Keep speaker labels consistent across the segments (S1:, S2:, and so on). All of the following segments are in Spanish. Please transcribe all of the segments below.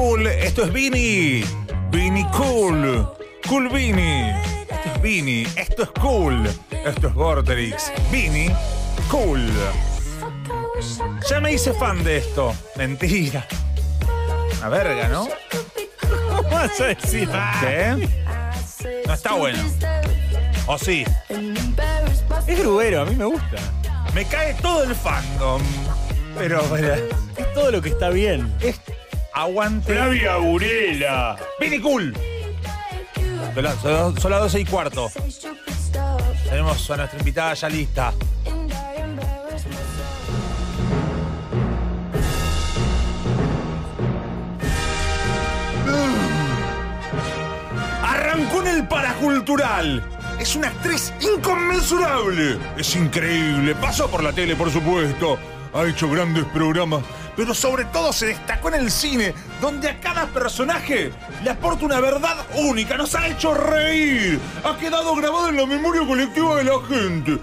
S1: es Vini. Vini Cool. Cool Vini. Esto es Vini. Esto es cool. Esto es Vorterix. Vini Cool. Ya me hice fan de esto. Mentira. Una verga, ¿no?
S2: ¿Cómo vas a decir?
S1: ¿Qué? No está bueno. ¿O sí?
S2: Es grubero, a mí me gusta.
S1: Me cae todo el fandom. Pero, bueno,
S2: Es todo lo que está bien.
S1: es aguante.
S3: Flavia Burela.
S1: Vini Cool. Son las, son las 12 y cuarto. Tenemos a nuestra invitada ya lista. Arrancó en el paracultural. Es una actriz inconmensurable. Es increíble. Pasó por la tele, por supuesto. Ha hecho grandes programas. Pero sobre todo se destacó en el cine, donde a cada personaje le aporta una verdad única. Nos ha hecho reír. Ha quedado grabado en la memoria colectiva de la gente.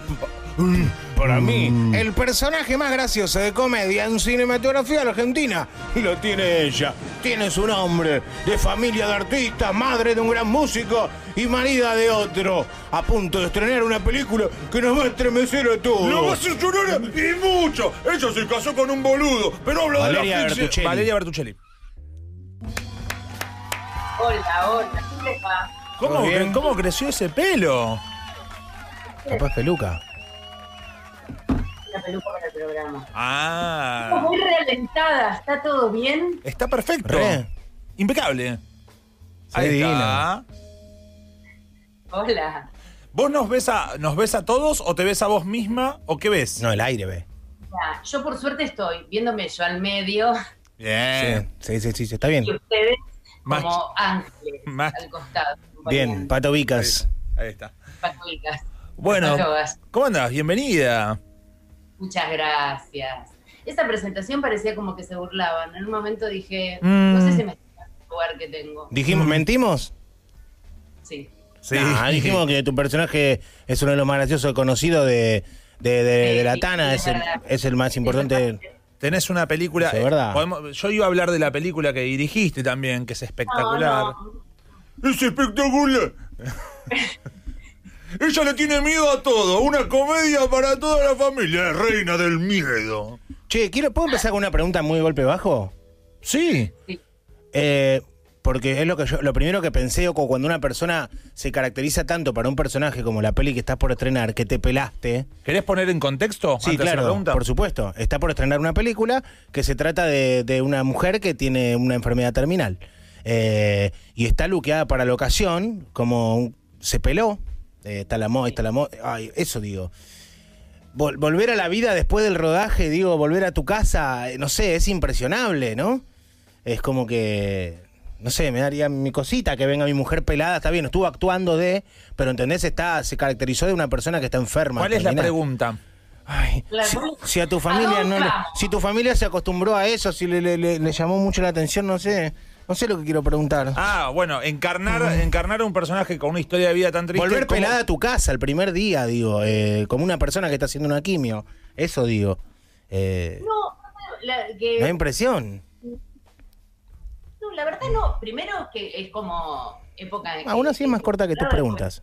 S4: Para mí, el personaje más gracioso de comedia en cinematografía argentina, y lo tiene ella, tiene su nombre, de familia de artistas, madre de un gran músico y marida de otro, a punto de estrenar una película que nos va a estremecer a todos.
S1: ¡La más llorona y mucho! Ella se casó con un boludo, pero habla
S4: Valeria
S1: de la asfixia-
S4: Bertuccelli.
S1: Valeria Bertuccelli.
S5: Hola, hola, ¿cómo va?
S1: ¿Cómo,
S4: ¿Todo bien?
S1: cre- ¿Cómo creció ese pelo?
S4: Capaz peluca.
S5: Una peluca para el programa.
S1: Ah.
S5: Muy reventada, ¿está todo bien?
S1: Está perfecto.
S4: Re.
S1: Impecable.
S4: Se
S1: Ahí
S4: ve
S1: está.
S5: Hola.
S1: ¿Vos nos ves, a, nos ves a todos o te ves a vos misma o qué ves?
S4: No, el aire, ve.
S5: Ya, Yo por suerte estoy viéndome yo al medio
S1: Bien.
S4: Sí, sí, sí, Eh. sí, está bien.
S5: y ustedes
S1: Más-
S5: como ángeles
S1: más-
S5: al costado.
S4: Bien, Pato Vicas.
S1: Ahí está.
S5: Patuicas.
S1: Bueno,
S5: Patogas.
S1: ¿cómo andas? Bienvenida.
S5: Muchas gracias. Esa presentación parecía como que se burlaban. En un momento dije,
S1: Mm.
S5: no sé si me está el lugar que tengo.
S4: ¿Dijimos, mentimos?
S5: Sí.
S1: Sí.
S4: Nah, Ah, dijimos que tu personaje es uno de los más graciosos conocidos de, de, de- de la
S5: Sí,
S4: Tana,
S5: es
S4: es el,
S5: verdad.
S4: es el más importante.
S1: Tenés una película. eh,
S4: Eso es verdad.
S1: podemos- yo iba a hablar de la película que dirigiste también, que es espectacular.
S5: No, no.
S1: ¡Es espectacular! Ella le tiene miedo a todo. Una comedia para toda la familia. Reina del miedo.
S4: Che, quiero, ¿puedo empezar con una pregunta muy golpe bajo?
S1: Sí.
S4: Eh, porque es lo que yo, lo primero que pensé, o cuando una persona se caracteriza tanto para un personaje como la peli que estás por estrenar, que te pelaste.
S1: ¿Querés poner en contexto? antes de
S4: Sí,
S1: hacer la
S4: claro,
S1: pregunta?
S4: por supuesto. Está por estrenar una película que se trata de, de una mujer que tiene una enfermedad terminal. Eh, y está luqueada para la ocasión, como un- se peló. Eh, está la moda, está la moda. Ay, eso digo. Vol- volver a la vida después del rodaje, digo, volver a tu casa, eh, no sé, es impresionable, ¿no? Es como que, no sé, me daría mi cosita que venga mi mujer pelada, está bien, estuvo actuando de, pero entendés, está, se caracterizó de una persona que está enferma.
S1: ¿Cuál es la
S4: terminal.
S1: pregunta?
S4: Ay,
S5: La-
S4: si, si a tu familia no le-
S5: Adolfa.
S4: si tu familia se acostumbró a eso, si le, le- le- le llamó mucho la atención, no sé, no sé lo que quiero preguntar.
S1: Ah, bueno, encarnar, encarnar a un personaje con una historia de vida tan triste.
S4: Mm. Volver
S1: como-
S4: pelada a tu casa el primer día, digo, eh, como una persona que está haciendo una quimio, eso digo. Eh,
S5: No, eh, la, que-
S4: me da impresión.
S5: No, la verdad no. Primero que es como época... en-
S4: Aún así es más corta que tus
S5: Claro,
S4: preguntas.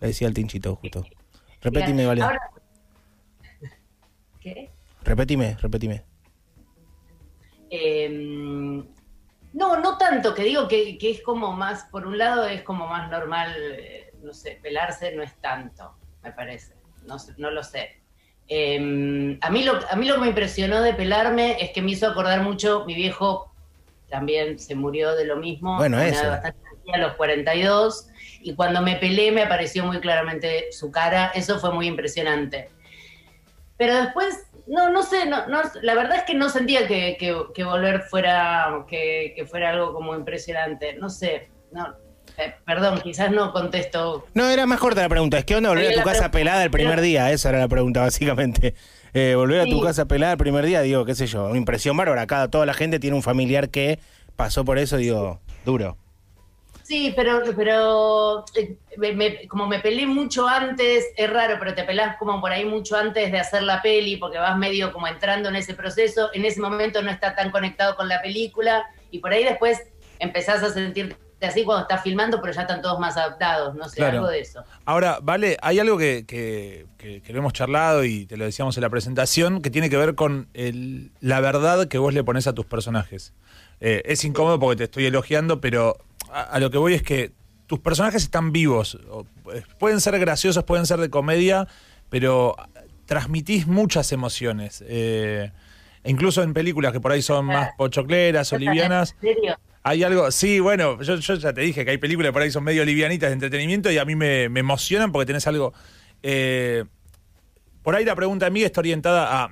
S4: Le decía el tinchito justo. Repetime, Vale.
S5: Ahora- ¿Qué?
S4: Repetime, repetime.
S5: Eh, no, no tanto, que digo que, que es como más, por un lado es como más normal, eh, no sé, pelarse no es tanto, me parece, no, sé- no lo sé. Eh, a, mí lo, a mí lo que me impresionó de pelarme es que me hizo acordar mucho, mi viejo también se murió de lo mismo,
S4: Bueno,
S5: una
S4: eso.
S5: bastante anciana, a los 42, y cuando me pelé me apareció muy claramente su cara, eso fue muy impresionante. Pero después, no, no sé, no, no, la verdad es que no sentía que, que- que volver fuera, que, que fuera algo como impresionante. No sé, no, eh, perdón, quizás no contesto.
S4: No, era más corta la pregunta. Es que onda volver a
S5: Ahí
S4: tu
S5: la
S4: casa
S5: pregunta.
S4: pelada el primer día. Esa era la pregunta, básicamente. Eh, volver a tu
S5: Sí.
S4: casa pelada el primer día, digo, qué sé yo, una impresión bárbara. Cada, toda la gente tiene un familiar que pasó por eso, digo, duro.
S5: Sí, pero, pero eh, me- me- como me pelé mucho antes, es raro, pero te pelás como por ahí mucho antes de hacer la peli, porque vas medio como entrando en ese proceso, en ese momento no está tan conectado con la película, y por ahí después empezás a sentirte así cuando estás filmando, pero ya están todos más adaptados, no sé,
S1: Claro.
S5: algo de eso.
S1: Ahora, Vale, hay algo que, que- que- que lo hemos charlado y te lo decíamos en la presentación, que tiene que ver con el- la verdad que vos le pones a tus personajes. Eh, es incómodo porque te estoy elogiando, pero a, a lo que voy es que tus personajes están vivos. O, eh, pueden ser graciosos, pueden ser de comedia, pero transmitís muchas emociones. Eh, incluso en películas que por ahí son más pochocleras o livianas.
S5: ¿En serio?
S1: Hay algo, sí, bueno, yo, yo ya te dije que hay películas que por ahí son medio livianitas de entretenimiento y a mí me, me emocionan porque tenés algo. eh, por ahí la pregunta mía está orientada a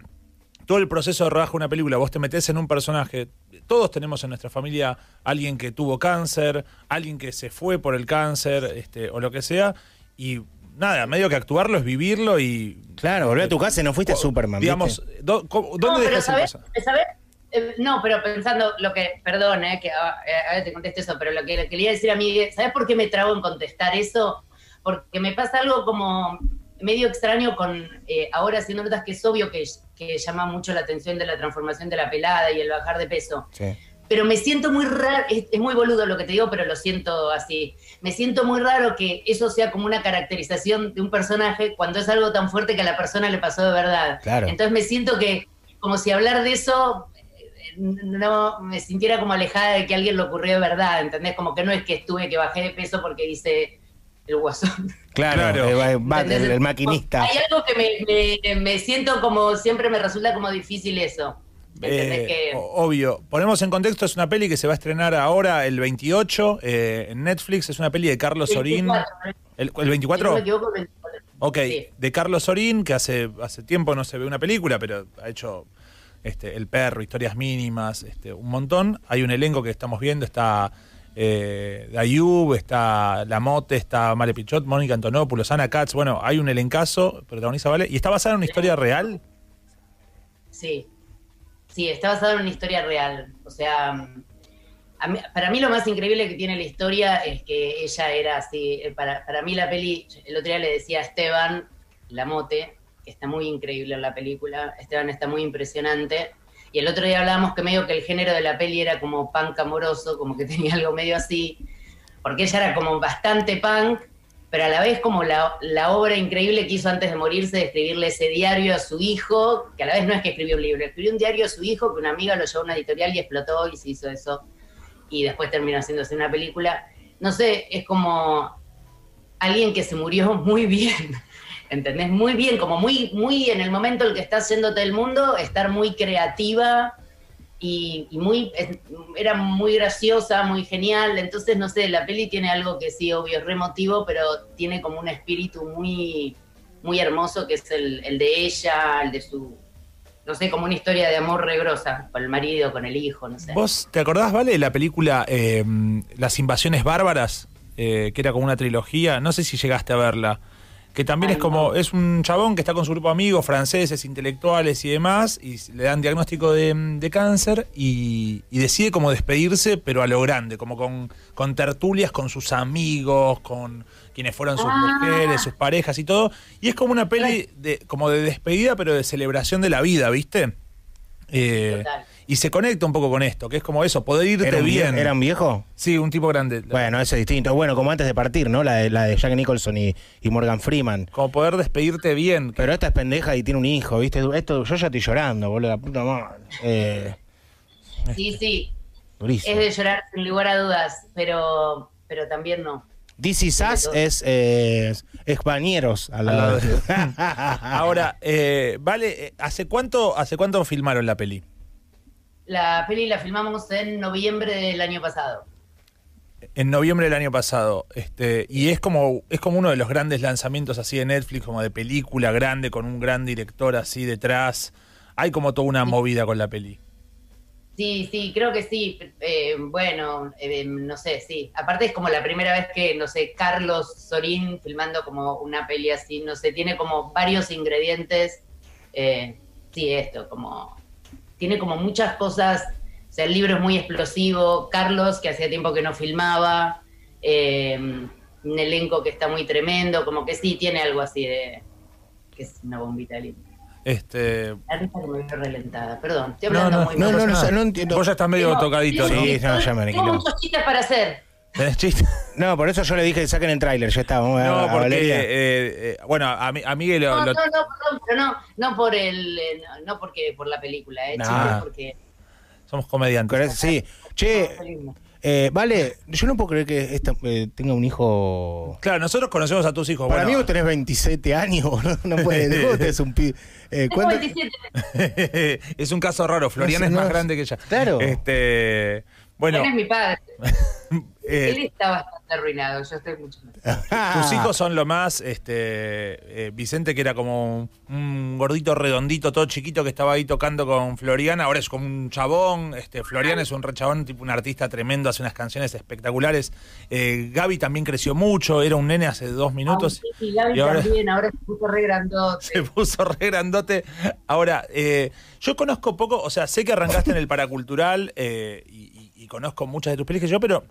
S1: todo el proceso de rodaje de una película. Vos te metés en un personaje. Todos tenemos en nuestra familia alguien que tuvo cáncer, alguien que se fue por el cáncer, este, o lo que sea, y nada, medio que actuarlo es vivirlo y.
S4: Claro, volví a tu casa y no fuiste Superman. ¿viste?
S1: Digamos, do- co- ¿dónde
S5: no, pero
S1: dejas el
S5: ¿sabés?
S1: personaje?
S5: ¿sabés? Eh, No, pero pensando lo que, perdón, eh, que ah, eh, ahora te contesto eso, pero lo que le quería decir a mí, ¿sabes por qué me trago en contestar eso? Porque me pasa algo como medio extraño con, eh, ahora haciendo notas que es obvio que, que llama mucho la atención de la transformación de la pelada y el bajar de peso.
S4: Sí.
S5: pero me siento muy raro, es, es muy boludo lo que te digo, pero lo siento así. Me siento muy raro que eso sea como una caracterización de un personaje cuando es algo tan fuerte que a la persona le pasó de verdad.
S4: Claro.
S5: Entonces me siento que, como si hablar de eso eh, no me sintiera como alejada de que a alguien le ocurrió de verdad, ¿entendés? Como que no es que estuve que bajé de peso porque hice el guasón.
S4: Claro,
S1: Claro.
S4: eh, va- va- el,
S5: ¿Entendés?
S4: el maquinista.
S5: Hay algo que me, me- me siento como, siempre me resulta como difícil eso. ¿Entendés?
S1: Eh,
S5: que...
S1: o- Obvio. Ponemos en contexto, es una peli que se va a estrenar ahora el 28 eh, en Netflix. Es una peli de Carlos Sorín.
S5: 24,
S1: ¿El, el
S5: Si no
S1: 24?
S5: me equivoco, 24.
S1: ok,
S5: Sí.
S1: de Carlos Sorín, que hace, hace tiempo no se ve una película, pero ha hecho este, El Perro, Historias Mínimas, este, un montón. Hay un elenco que estamos viendo, está... Eh, Dayub, está Lamote, está Male Pichot, Mónica Antonopoulos, Ana Katz, bueno, hay un elencazo, protagoniza Vale, y está basada en una historia real.
S5: Sí, sí, está basado en una historia real. O sea, mm, a mí- para mí lo más increíble que tiene la historia es que ella era así. eh, Para, para mí la peli, el otro día le decía a Esteban Lamote, que está muy increíble en la película, Esteban está muy impresionante. Y el otro día hablábamos que medio que el género de la peli era como punk amoroso, como que tenía algo medio así, porque ella era como bastante punk, pero a la vez como la, la obra increíble que hizo antes de morirse de escribirle ese diario a su hijo, que a la vez no es que escribió un libro, escribió un diario a su hijo que una amiga lo llevó a una editorial y explotó y se hizo eso, y después terminó haciéndose una película. No sé, es como alguien que se murió muy bien, ¿entendés? Muy bien, como muy, muy en el momento en el que está haciéndote el mundo, estar muy creativa y, y muy, es- era muy graciosa, muy genial. Entonces, no sé, la peli tiene algo que sí, obvio, es re emotivo, pero tiene como un espíritu muy, muy hermoso que es el, el de ella, el de su. No sé, como una historia de amor regrosa, con el marido, con el hijo, no sé.
S1: ¿Vos te acordás, Vale, de la película eh, Las Invasiones Bárbaras? Eh, que era como una trilogía. No sé si llegaste a verla. Que también
S5: Ay,
S1: es como. Es un chabón que está con su grupo de amigos, franceses, intelectuales y demás. Y s- le dan diagnóstico de, de cáncer. Y, y decide como despedirse, pero a lo grande. Como con, con tertulias con sus amigos, con quienes fueron sus
S5: Ah.
S1: mujeres, sus parejas y todo. Y es como una peli de, como de despedida, pero de celebración de la vida, ¿viste? Eh,
S5: Total.
S1: y se conecta un poco con esto, que es como eso, poder irte
S4: ¿Era un, vie-
S1: bien.
S4: ¿Era un viejo?
S1: Sí, un tipo grande.
S4: Bueno, eso es distinto. Bueno, como antes de partir, ¿no? La de, la de Jack Nicholson y, y Morgan Freeman.
S1: Como poder despedirte bien.
S4: Pero esta es pendeja y tiene un hijo, ¿viste? Esto, yo ya estoy llorando, boludo, la puta madre. Eh,
S5: Sí, sí,
S4: durísimo.
S5: es de llorar sin lugar a dudas, pero, pero también no.
S4: DC Sass es, eh, es, es bañeros al
S1: Al
S4: lado
S1: lado
S4: de- Ah.
S1: Ahora, eh, vale, eh, ¿hace cuánto, ¿hace cuánto filmaron la peli?
S5: La peli la filmamos en noviembre del año pasado.
S1: En noviembre del año pasado. Este, y es como, es como uno de los grandes lanzamientos así de Netflix, como de película grande, con un gran director así detrás. Hay como toda una movida con la peli.
S5: Sí, sí, creo que sí. Eh, bueno, eh, no sé, sí. Aparte es como la primera vez que, no sé, Carlos Sorín filmando como una peli así, no sé, tiene como varios ingredientes. Eh, sí, esto, como... Tiene como muchas cosas, o sea, el libro es muy explosivo, Carlos, que hacía tiempo que no filmaba, eh, un elenco que está muy tremendo, como que sí, tiene algo así de... que es una bombita linda.
S1: Este,
S5: La neta que me veo relentada, perdón, estoy
S1: no,
S5: hablando
S1: no,
S5: muy
S1: no, no,
S5: mal.
S1: no,
S4: no entiendo.
S1: Vos ya estás medio
S5: Tengo-
S1: tocadito,
S5: tengo-
S1: ¿no?
S4: Sí. no, ya me
S5: Tengo
S4: aniquiló.
S5: muchos chistes para hacer.
S1: ¿Tenés chiste?
S4: No, por eso yo le dije que saquen el tráiler, ya está, vamos a,
S1: No,
S4: a
S1: porque.
S4: Valeria.
S1: eh, eh, bueno, a, mí- a Miguel
S5: No,
S1: lo.
S5: no,
S1: lo-
S5: no, perdón, pero no, no por el, eh, no, no porque por la película, eh,
S1: Nah.
S5: chicos, porque
S1: somos
S4: Con
S1: comediantes.
S4: eso, sí.
S5: Ah,
S4: Che, eh, vale, yo no puedo creer que esta, eh, tenga un hijo.
S1: Claro, nosotros conocemos a tus hijos.
S4: Para mí
S1: bueno,
S4: vos tenés 27 años, boludo, no puedes. Vos tenés un pibe. Eh,
S5: Tengo
S4: ¿cuánto-
S5: 27,
S1: es un caso raro. Florian
S4: No sé,
S1: es más
S4: no,
S1: grande que ella.
S4: claro.
S1: Este, bueno,
S5: él es mi padre.
S1: eh,
S5: Él está bastante arruinado, yo estoy mucho más.
S4: Ah.
S1: tus hijos son lo más. Este, eh, Vicente, que era como un, un gordito redondito, todo chiquito, que estaba ahí tocando con Florian. Ahora es como un chabón. Este, Florian es un rechabón, tipo un artista tremendo, hace unas canciones espectaculares. Eh, Gaby también creció mucho, era un nene hace dos minutos.
S5: Aunque sí, Ah, Gaby
S1: y ahora-
S5: también, ahora se puso re grandote.
S1: se puso re grandote. Ahora, eh, yo conozco poco, o sea, sé que arrancaste en el paracultural eh, y, y- y conozco muchas de tus películas que yo, pero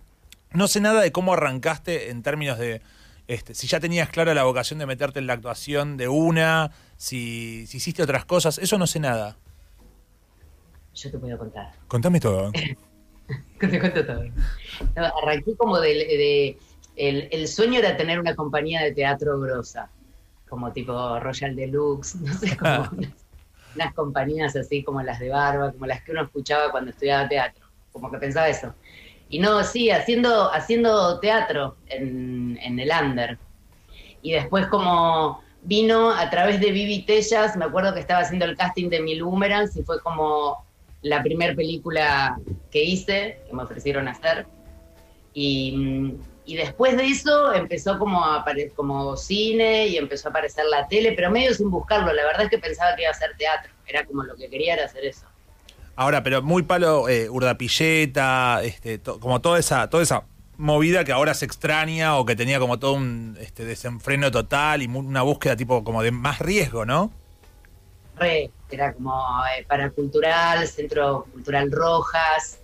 S1: no sé nada de cómo arrancaste en términos de este, si ya tenías clara la vocación de meterte en la actuación de una, si, si hiciste otras cosas, eso no sé nada.
S5: Yo te puedo contar.
S1: Contame todo.
S5: Te cuento todo. No, arranqué como del- de, el, el sueño era tener una compañía de teatro grosa, como tipo Royal Deluxe, no sé, como unas, unas compañías así como las de Barba, como las que uno escuchaba cuando estudiaba teatro, como que pensaba eso. Y no, sí, haciendo, haciendo teatro en, en el under. Y después como vino a través de Vivi Tellas, me acuerdo que estaba haciendo el casting de Mil Boomerangs y fue como la primera película que hice, que me ofrecieron hacer. Y, mm, y después de eso empezó como, a apare- como cine y empezó a aparecer la tele, pero medio sin buscarlo. La verdad es que pensaba que iba a hacer teatro. Era como lo que quería era hacer eso.
S1: Ahora, pero muy palo, eh, Urdapilleta, este, to- como toda esa, toda esa movida que ahora se extraña o que tenía como todo un este, desenfreno total y mu- una búsqueda tipo como de más riesgo, ¿no?
S5: Re, era como eh, paracultural, centro cultural Rojas,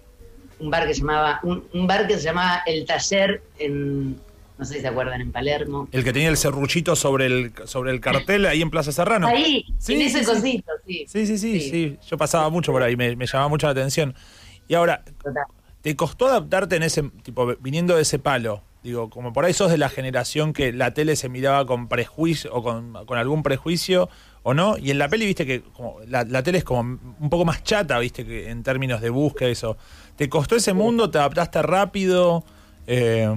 S5: un bar que llamaba, un, un bar que se llamaba El Taller en, no sé si se acuerdan, en Palermo.
S1: El que tenía el serruchito sobre el, sobre el cartel ahí en Plaza Serrano.
S5: Ahí,
S1: Sí,
S5: en ese
S1: sí, sí.
S5: cosito, sí.
S1: Sí, sí, sí, sí,
S5: Sí.
S1: Yo pasaba mucho por ahí, me, me llamaba mucho la atención. Y ahora,
S5: Total.
S1: ¿te costó adaptarte en ese, tipo, viniendo de ese palo? Digo, como por ahí sos de la generación que la tele se miraba con prejuicio o con, con algún prejuicio o no, y en la peli viste que como, la, la tele es como un poco más chata, viste, que en términos de búsqueda y eso. ¿Te costó ese mundo? ¿Te adaptaste rápido? Eh,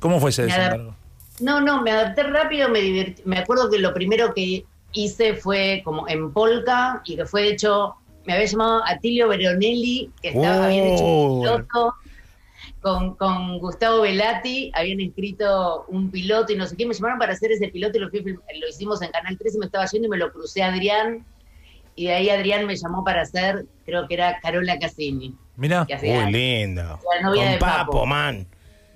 S1: ¿Cómo fue ese
S5: Me adap-
S1: desembarco?
S5: No, no, me adapté rápido, me divertí. Me acuerdo que lo primero que hice fue como en polka y que fue de hecho, me había llamado Atilio Veronelli, que estaba, habían hecho un
S4: Oh.
S5: piloto con, con Gustavo Velati, habían escrito un piloto y no sé qué, me llamaron para hacer ese piloto y lo, fui a film- lo hicimos en Canal 13, me estaba yendo y me lo crucé a Adrián y de ahí Adrián me llamó para hacer, creo que era Carola Cassini,
S1: Mirá,
S5: que hacía
S4: Muy lindo.
S5: la novia
S4: Con
S5: de Papo.
S4: Papo, man.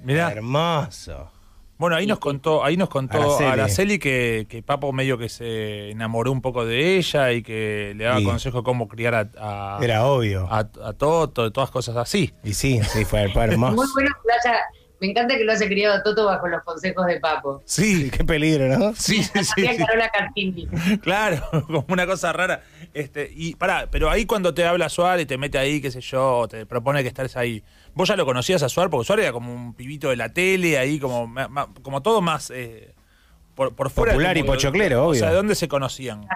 S1: mirá.
S4: Hermoso.
S1: Bueno, ahí nos contó, ahí nos contó
S4: Araceli.
S1: Araceli, que, que Papo medio que se enamoró un poco de ella y que le daba
S4: Sí.
S1: consejo cómo criar a, a,
S4: Era obvio.
S1: a, a Toto, de todas cosas así.
S4: Y sí, sí, fue fue
S5: Muy
S4: hermoso.
S5: bueno que lo haya- me encanta que lo haya criado Toto bajo los consejos de Papo.
S1: Sí,
S4: Qué peligro, ¿no?
S1: sí, sí, sí,
S5: Había Carola Carpini.
S1: sí. claro, como una cosa rara. Este, y pará, pero ahí cuando te habla Suárez, te mete ahí, qué sé yo, te propone que estés ahí. ¿Vos ya lo conocías a Suárez? Porque Suárez era como un pibito de la tele, ahí como, ma- ma- como todo más eh, por, por fuera.
S4: Popular
S1: como-
S4: y pochoclero,
S1: O
S4: obvio.
S1: sea, ¿de dónde se conocían?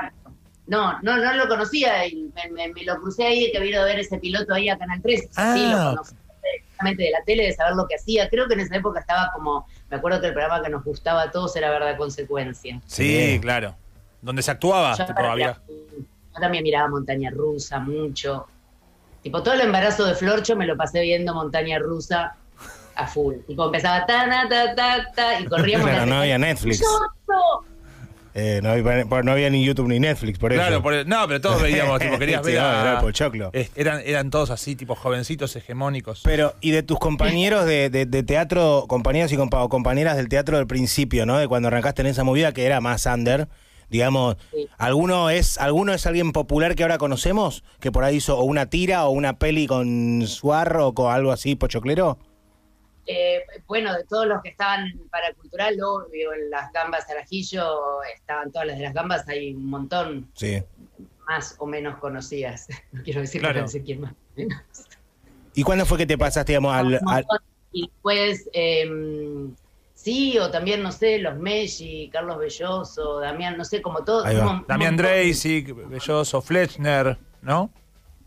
S5: No, no, no lo conocía. y me, me- me lo crucé ahí que vino a ver ese piloto ahí a Canal 3. Sí, lo
S1: Ah.
S5: conocí directamente de la tele, de saber lo que hacía. Creo que en esa época estaba como. Me acuerdo que el programa que nos gustaba a todos era Verdad Consecuencia.
S1: Sí,
S4: Sí.
S1: claro. Donde se actuaba,
S5: Yo,
S1: tipo,
S5: para-
S1: había-
S5: yo también miraba Montaña Rusa mucho. Tipo, todo el embarazo de Florcho me lo pasé viendo Montaña Rusa a full. Tipo, empezaba ta, na, ta, ta, ta, y corríamos.
S4: Claro,
S5: las-
S4: no había Netflix.
S5: ¡Florcho!
S4: Eh, no, había, por- no había ni YouTube ni Netflix, por eso.
S1: Claro, por el- no, pero todos veíamos, tipo, querías
S4: Sí,
S1: ver
S4: no,
S1: a-
S4: era pochoclo.
S1: Es- eran, eran todos así, tipo, jovencitos hegemónicos.
S4: Pero, y de tus compañeros de, de- de teatro, compañeros y compa- o compañeras del teatro del principio, ¿no? De cuando arrancaste en esa movida que era más under, digamos,
S5: Sí.
S4: ¿alguno es alguno es alguien popular que ahora conocemos? Que por ahí hizo o una tira o una peli con suarro o con algo así, pochoclero.
S5: Eh, pu- bueno, de todos los que estaban para cultural, obvio, en las gambas de Arajillo, estaban todas las de las gambas, hay un montón
S4: Sí.
S5: más o menos conocidas. No quiero decir,
S1: Claro.
S5: para decir quién más.
S4: ¿Y cuándo fue que te pasaste, digamos, al,
S5: Un
S4: al-
S5: montón. Y pues, eh, sí, o también, no sé, los Messi, Carlos Belloso, Damián, no sé, como todos.
S4: Ahí va.
S5: un mon-
S1: Damián
S5: montón de
S1: Dreisig, Belloso, Fletchner, ¿no?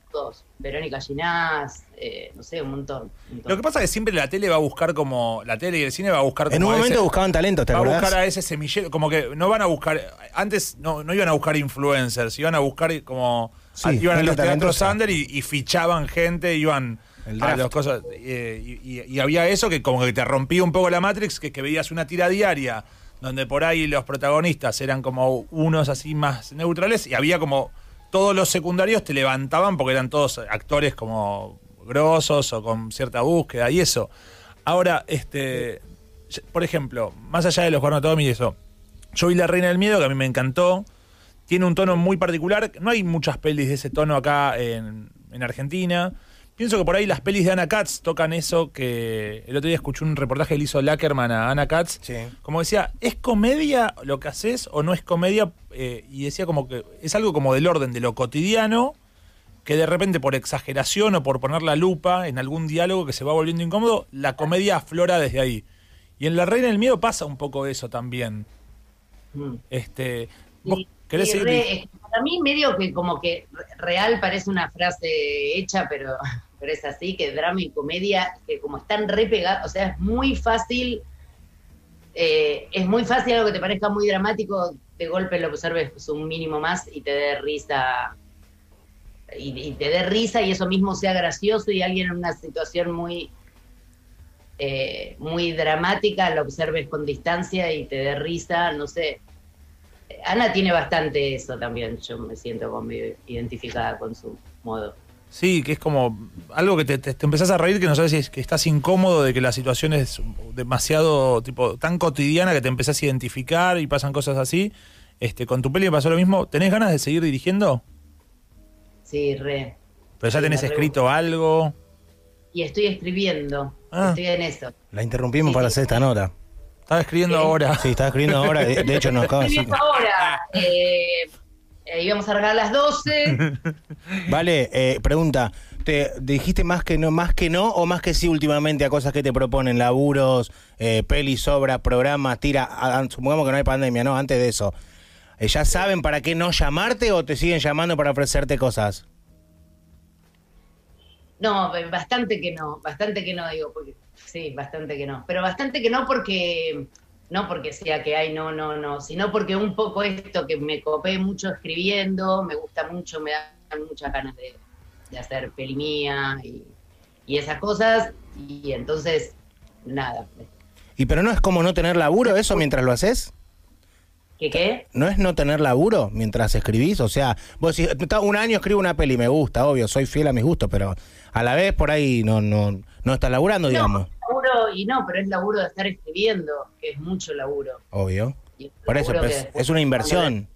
S5: todos. Verónica Ginás, eh, no sé, un montón. un montón.
S1: Lo que pasa es que siempre la tele va a buscar como. La tele y el cine va a buscar como.
S4: En un
S1: a ese-
S4: momento buscaban talentos, ¿te
S1: va a
S4: acordás?
S1: buscar a ese semillero. Como que no van a buscar. Antes no, no iban a buscar influencers, iban a buscar como.
S4: Sí,
S1: a- iban a
S4: gente
S1: los teatros
S4: talentosa.
S1: under y, y fichaban gente, iban
S4: El
S1: a
S4: draft.
S1: las cosas. eh, y, y- y había eso que como que te rompía un poco la Matrix, que, que veías una tira diaria, donde por ahí los protagonistas eran como unos así más neutrales, y había como todos los secundarios te levantaban porque eran todos actores como grosos o con cierta búsqueda y eso. Ahora, este, ya- por ejemplo, más allá de los Cornotomi y eso, yo vi La Reina del Miedo, que a mí me encantó. Tiene un tono muy particular. No hay muchas pelis de ese tono acá en, en Argentina. Pienso que por ahí las pelis de Ana Katz tocan eso que el otro día escuché un reportaje que le hizo Lackerman a Ana Katz.
S4: Sí.
S1: Como decía, ¿es comedia lo que haces o no es comedia? Eh, y decía como que es algo como del orden de lo cotidiano que de repente por exageración o por poner la lupa en algún diálogo que se va volviendo incómodo, la comedia aflora desde ahí. Y en La Reina del Miedo pasa un poco eso también.
S5: Mm.
S1: Este, ¿vos
S5: Sí,
S1: querés
S5: sí,
S1: seguir?
S5: re- es que para mí medio que como que re- real parece una frase hecha, pero, pero es así, que drama y comedia, que como están re pegados, o sea, es muy fácil, eh, es muy fácil algo que te parezca muy dramático, de golpe lo observes un mínimo más y te dé risa. Y, y te dé risa y eso mismo sea gracioso y alguien en una situación muy eh, muy dramática lo observes con distancia y te dé risa, no sé. Ana tiene bastante eso también, yo me siento como medio identificada con su modo.
S1: Sí, que es como algo que te, te- te empezás a reír que no sabes si es que estás incómodo de que la situación es demasiado, tipo, tan cotidiana que te empezás a identificar y pasan cosas así. Este, con tu peli me pasó lo mismo. ¿Tenés ganas de seguir dirigiendo?
S5: Sí, re.
S1: ¿Pero ya
S5: Sí,
S1: tenés
S5: la re-
S1: escrito algo?
S5: Y estoy escribiendo,
S1: Ah.
S5: estoy en eso.
S4: La interrumpimos para hacer esta nota.
S1: Estaba escribiendo ahora.
S4: Sí, estaba escribiendo ahora. De, de hecho, nos acaba de
S5: Estoy
S4: decir.
S5: viendo ahora. Eh, eh, íbamos a regalar las 12.
S4: Vale, eh, pregunta. ¿Te dijiste más que no, más que no o más que sí últimamente a cosas que te proponen? Laburos, eh, pelis, obras, programas, tira. Ah, supongamos que no hay pandemia, ¿no? Antes de eso. Eh, ¿Ya saben para qué no llamarte o te siguen llamando para ofrecerte cosas?
S5: No, bastante que no, bastante que no, digo, porque sí, bastante que no. Pero bastante que no porque, no porque sea que hay, no, no, no, sino porque un poco esto que me copé mucho escribiendo, me gusta mucho, me dan muchas ganas de, de hacer peli mía y, y esas cosas. Y entonces, nada.
S4: ¿Y pero no es como no tener laburo eso mientras lo haces?
S5: ¿Qué qué?
S4: ¿No es no tener laburo mientras escribís? O sea, vos si un año escribo una peli, me gusta, obvio, soy fiel a mis gustos, pero a la vez por ahí no, no, no estás laburando, digamos.
S5: No, laburo, y no, pero es laburo de estar escribiendo, que es mucho laburo.
S4: Obvio.
S5: Y es un
S4: Por eso,
S5: laburo
S4: pero
S5: que
S4: es,
S5: después
S4: es una
S5: cuando
S4: inversión.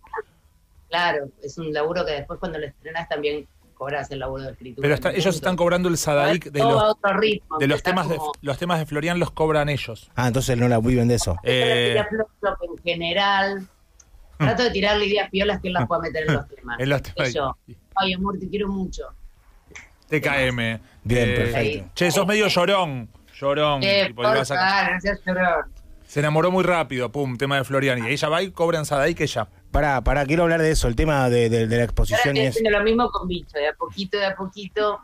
S5: Claro, es un laburo que después cuando lo estrenás también cobras el laburo de escritura.
S1: Pero está-
S5: ¿no?
S1: ellos están cobrando el Sadaic de
S5: Todo a
S1: los,
S5: otro ritmo,
S1: de los
S5: está
S1: temas de
S5: como-
S1: los temas de Florian los cobran ellos.
S4: Ah, entonces no la viven de eso.
S5: Trato de
S1: Eh, Mm.
S5: tirar flop en general. Trato de tirarle ideas piolas que él las pueda meter en los temas.
S1: En los
S5: Qué sé
S1: temas.
S5: yo. Oye, amor, te quiero mucho.
S1: TKM.
S4: Bien,
S1: Eh,
S4: perfecto.
S1: Che, sos medio llorón. Llorón.
S5: Eh,
S1: Mm, tipo, le
S5: por
S1: vas a-
S5: favor, no seas llorón.
S1: Se enamoró muy rápido, pum, tema de Florian. Y ella va y cobran Sadaic ella.
S4: Pará, pará, quiero hablar de eso, el tema de, de- de la
S5: Ahora
S4: exposición
S5: estoy
S4: es...
S5: haciendo lo mismo con bicho, de a poquito, de a poquito.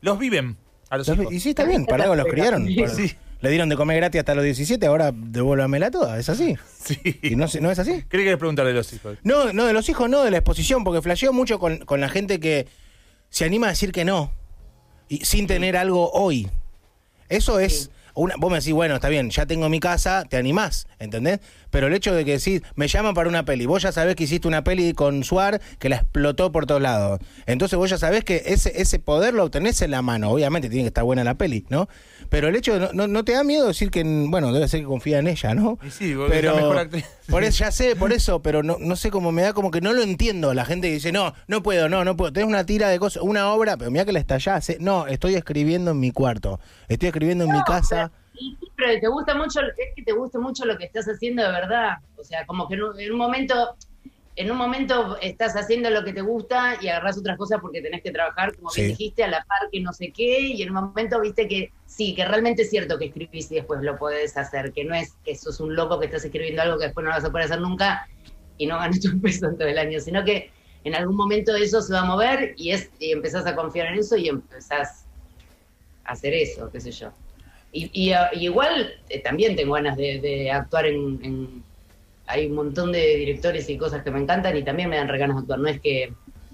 S1: Los viven a los hijos.
S4: Y sí, está bien, para algo los criaron. para-
S1: Sí.
S4: Le dieron de comer gratis hasta los 17, ahora devuélvamela toda, ¿es así? ¿Y
S1: Sí.
S4: no, se- no es así?
S1: ¿Qué le querés preguntar de los hijos?
S4: No, no, de los hijos no, de la exposición, porque flasheo mucho con, con la gente que se anima a decir que no, y sin tener algo hoy. Eso es... Una, vos me decís, bueno, está bien, ya tengo mi casa, te animás, ¿entendés? Pero el hecho de que decís, me llaman para una peli, vos ya sabés que hiciste una peli con Suar que la explotó por todos lados. Entonces vos ya sabés que ese, ese poder lo obtenés en la mano, obviamente tiene que estar buena la peli, ¿no? Pero el hecho, de no, no, no te da miedo decir que, bueno, debe ser que confía en ella, ¿no?
S1: Y sí, vos
S4: pero,
S1: sos la mejor actriz.
S4: por eso, ya sé, por eso, pero no, no sé cómo me da como que no lo entiendo. La gente que dice, no, no puedo, no, no puedo. Tenés una tira de cosas, una obra, pero mira que la estallás. eh. No, estoy escribiendo en mi cuarto. Estoy escribiendo en mi casa.
S5: pero Y, sí, pero te gusta mucho, es que te gusta mucho lo que estás haciendo de verdad. O sea, como que en un, en un momento, en un momento estás haciendo lo que te gusta y agarras otras cosas porque tenés que trabajar, como bien
S4: Sí.
S5: dijiste, a la par que no sé qué, y en un momento viste que sí, que realmente es cierto que escribís y después lo podés hacer, que no es que sos un loco que estás escribiendo algo que después no lo vas a poder hacer nunca y no ganas un peso en todo el año, sino que en algún momento eso se va a mover y es, y empezás a confiar en eso y empezás hacer eso, qué sé yo. Y, y, ah, y igual eh, también tengo ganas de, de actuar en, en- Hay un montón de directores y cosas que me encantan y también me dan re ganas de actuar. No es que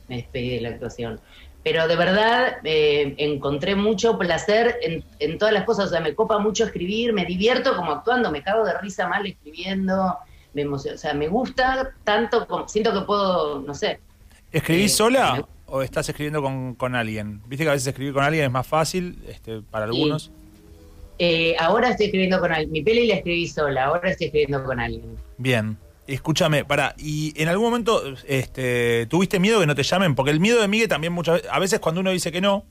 S5: me despedí de la actuación. Pero de verdad eh, encontré mucho placer en, en todas las cosas. O sea, me copa mucho escribir, me divierto como actuando, me cago de risa mal escribiendo, me emociona. O sea, me gusta tanto como... Siento que puedo, no sé,
S1: ¿Escribís
S5: Eh,
S1: sola
S5: me-
S1: o estás escribiendo con, con alguien? Viste que a veces escribir con alguien es más fácil este, para
S5: Sí.
S1: algunos.
S5: Eh, ahora estoy escribiendo con alguien. Mi peli la escribí sola, ahora estoy escribiendo con alguien.
S1: Bien. Escúchame, pará, ¿y en algún momento este, tuviste miedo que no te llamen? Porque el miedo de Migue también muchas veces, a veces cuando uno dice que no,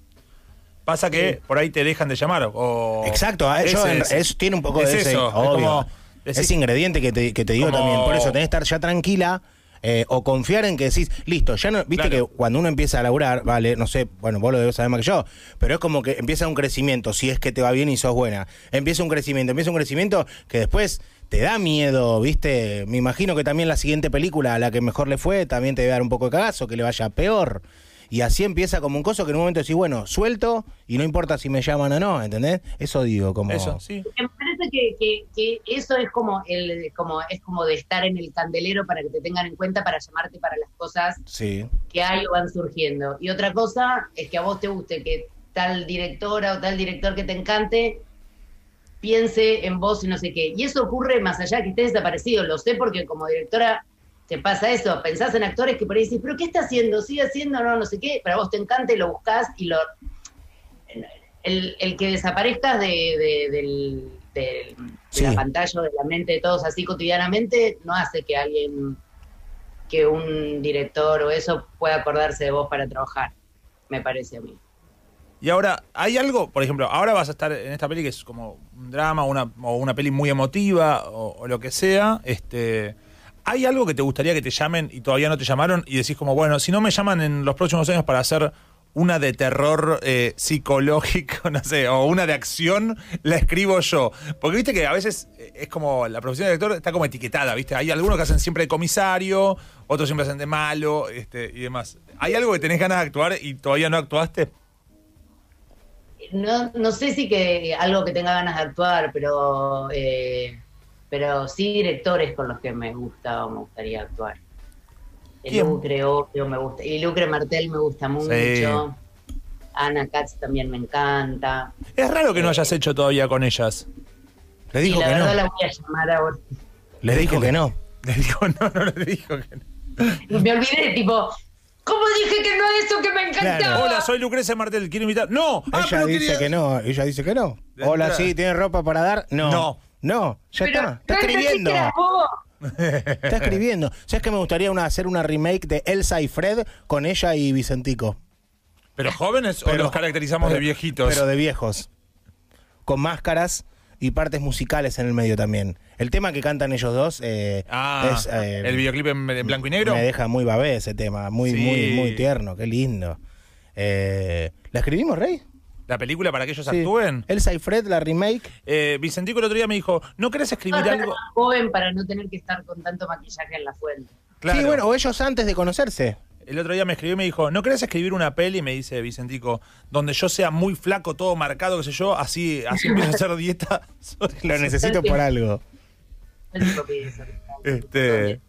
S1: pasa que por ahí te dejan de llamar. O
S4: Exacto, ah, yo
S1: Ese
S4: en-
S1: Oh. es-
S4: eso tiene un poco
S1: es
S4: de ese,
S1: eso, es
S4: obvio.
S1: como
S4: Ese
S1: decís-
S4: ingrediente que te, que te digo
S1: como-
S4: también. Por eso tenés que estar ya tranquila eh, o confiar en que decís, listo, ya no. Viste
S1: Claro.
S4: que cuando uno empieza a laburar, vale, no sé, bueno, vos lo debes saber más que yo, pero es como que empieza un crecimiento, si es que te va bien y sos buena. Empieza un crecimiento, empieza un crecimiento que después te da miedo, ¿viste? Me imagino que también la siguiente película, a la que mejor le fue, también te debe dar un poco de cagazo, que le vaya peor. Y así empieza como un coso que en un momento decís, bueno, suelto y no importa si me llaman o no, ¿entendés? Eso digo, como...
S1: Eso, sí.
S5: Porque me parece que, que- que eso es como el como es como de estar en el candelero para que te tengan en cuenta para llamarte para las cosas
S4: Sí.
S5: que hay o van surgiendo. Y otra cosa es que a vos te guste que tal directora o tal director que te encante piense en vos y no sé qué. Y eso ocurre más allá de que estés desaparecido. Lo sé porque como directora te pasa eso. Pensás en actores que por ahí decís, pero ¿qué está haciendo? ¿Sigue haciendo? No, no sé qué. Pero a vos te encanta y lo buscás y lo... El, el que desaparezcas de, de- del- del- de la
S4: Sí.
S5: pantalla o de la mente de todos así cotidianamente no hace que alguien que un director o eso pueda acordarse de vos para trabajar, me parece a mí.
S1: Y ahora, ¿hay algo? Por ejemplo, ahora vas a estar en esta peli que es como un drama una, o una peli muy emotiva o, o lo que sea. Este, ¿Hay algo que te gustaría que te llamen y todavía no te llamaron? Y decís como, bueno, si no me llaman en los próximos años para hacer una de terror eh, psicológico, no sé, o una de acción, la escribo yo. Porque viste que a veces eh, es como, la profesión de director está como etiquetada, ¿viste? Hay algunos que hacen siempre de comisario, otros siempre hacen de malo, este, y demás. ¿Hay algo que tenés ganas de actuar y todavía no actuaste?
S5: No, no sé si que algo que tenga ganas de actuar, pero, eh, pero sí directores con los que me gusta o me gustaría actuar. El
S1: ¿Quién?
S5: Lucre, obvio, me gusta. Y Lucre Martel me gusta mucho. Ana Katz también me encanta.
S1: Es raro que no hayas hecho todavía con ellas.
S4: Le
S5: Y
S4: dijo
S5: la
S4: que
S5: verdad
S4: no.
S5: la voy a llamar ahora.
S4: Le dijo que no.
S1: Le dijo, no, no, le dijo que no.
S5: Me olvidé, tipo, ¿cómo dije que no a eso que me encantaba?
S4: Claro.
S1: Hola, soy Lucrecia Martel, quiero invitar. ¡No! ¡Ah,
S4: ella
S1: pero
S4: dice
S1: quería-
S4: que no. Ella dice que no.
S1: De
S4: Hola,
S1: entrada.
S4: sí, ¿tiene ropa para dar? No.
S1: No.
S4: No, ya
S5: Pero
S4: está. Está
S5: no entendí
S4: escribiendo.
S5: que eras vos.
S4: Está escribiendo. ¿Sabes que me gustaría una- hacer una remake de Elsa y Fred con ella y Vicentico?
S1: ¿Pero jóvenes o
S4: Pero-
S1: los caracterizamos de
S4: pero-
S1: viejitos?
S4: Pero de viejos. Con máscaras y partes musicales en el medio también. El tema que cantan ellos dos eh,
S1: ah,
S4: es, eh,
S1: ¿el videoclip en, en blanco y negro?
S4: Me deja muy babé ese tema. Muy,
S1: Sí.
S4: muy, muy tierno. Qué lindo. Eh, ¿La escribimos, Rey?
S1: ¿La película para que ellos
S4: Sí.
S1: actúen?
S4: Elsa y Fred, la remake.
S1: Eh, Vicentico el otro día me dijo, ¿no querés escribir
S5: Estar
S1: algo?
S5: más joven para no tener que estar con tanto maquillaje en la fuente.
S1: Claro.
S4: Sí, bueno, o ellos antes de conocerse.
S1: El otro día me escribió y me dijo, ¿no querés escribir una peli? Me dice Vicentico, donde yo sea muy flaco, todo marcado, qué sé yo, así, así empiezo a hacer dieta.
S4: Lo necesito por algo.
S5: El tipo pide eso, ¿no?
S1: Este,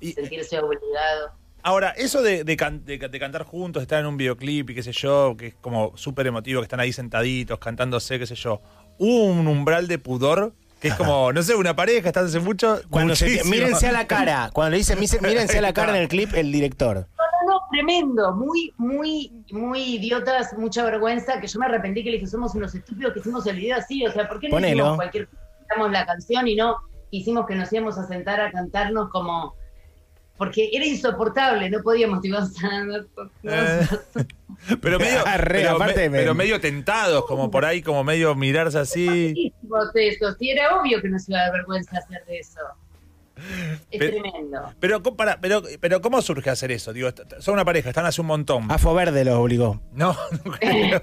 S1: y-
S5: Sentirse obligado.
S1: Ahora, eso de, de can- de ca- de cantar juntos, estar en un videoclip y qué sé yo, que es como súper emotivo, que están ahí sentaditos, cantándose, qué sé yo. ¿Hubo un umbral de pudor? Que es como, no sé, una pareja, estás hace mucho.
S4: Cuando se,
S1: muchísimo.
S4: mírense a la cara. Cuando le dice "Mise- mírense a la cara en el clip, el director.
S5: No, no, no, tremendo. Muy, muy, muy idiotas, mucha vergüenza. Que yo me arrepentí que le dije, somos unos estúpidos que hicimos el video así. O sea, ¿por qué no
S4: Ponelo.
S5: hicimos cualquier. Cantamos la canción y no hicimos que nos íbamos a sentar a cantarnos como. porque era insoportable, no podíamos, digo,
S1: Eh, pero medio,
S4: Ah, re,
S1: pero,
S4: aparte me-
S1: pero medio tentados, como por ahí, como medio mirarse así.
S5: Buenísimos esos, y era obvio que nos iba a dar vergüenza hacer de eso. Es
S1: Pero-
S5: tremendo.
S1: Pero, co- pará, pero, pero ¿cómo surge hacer eso? Digo, est- son una pareja, están hace un montón.
S4: Afo Verde los obligó.
S1: No, no creo.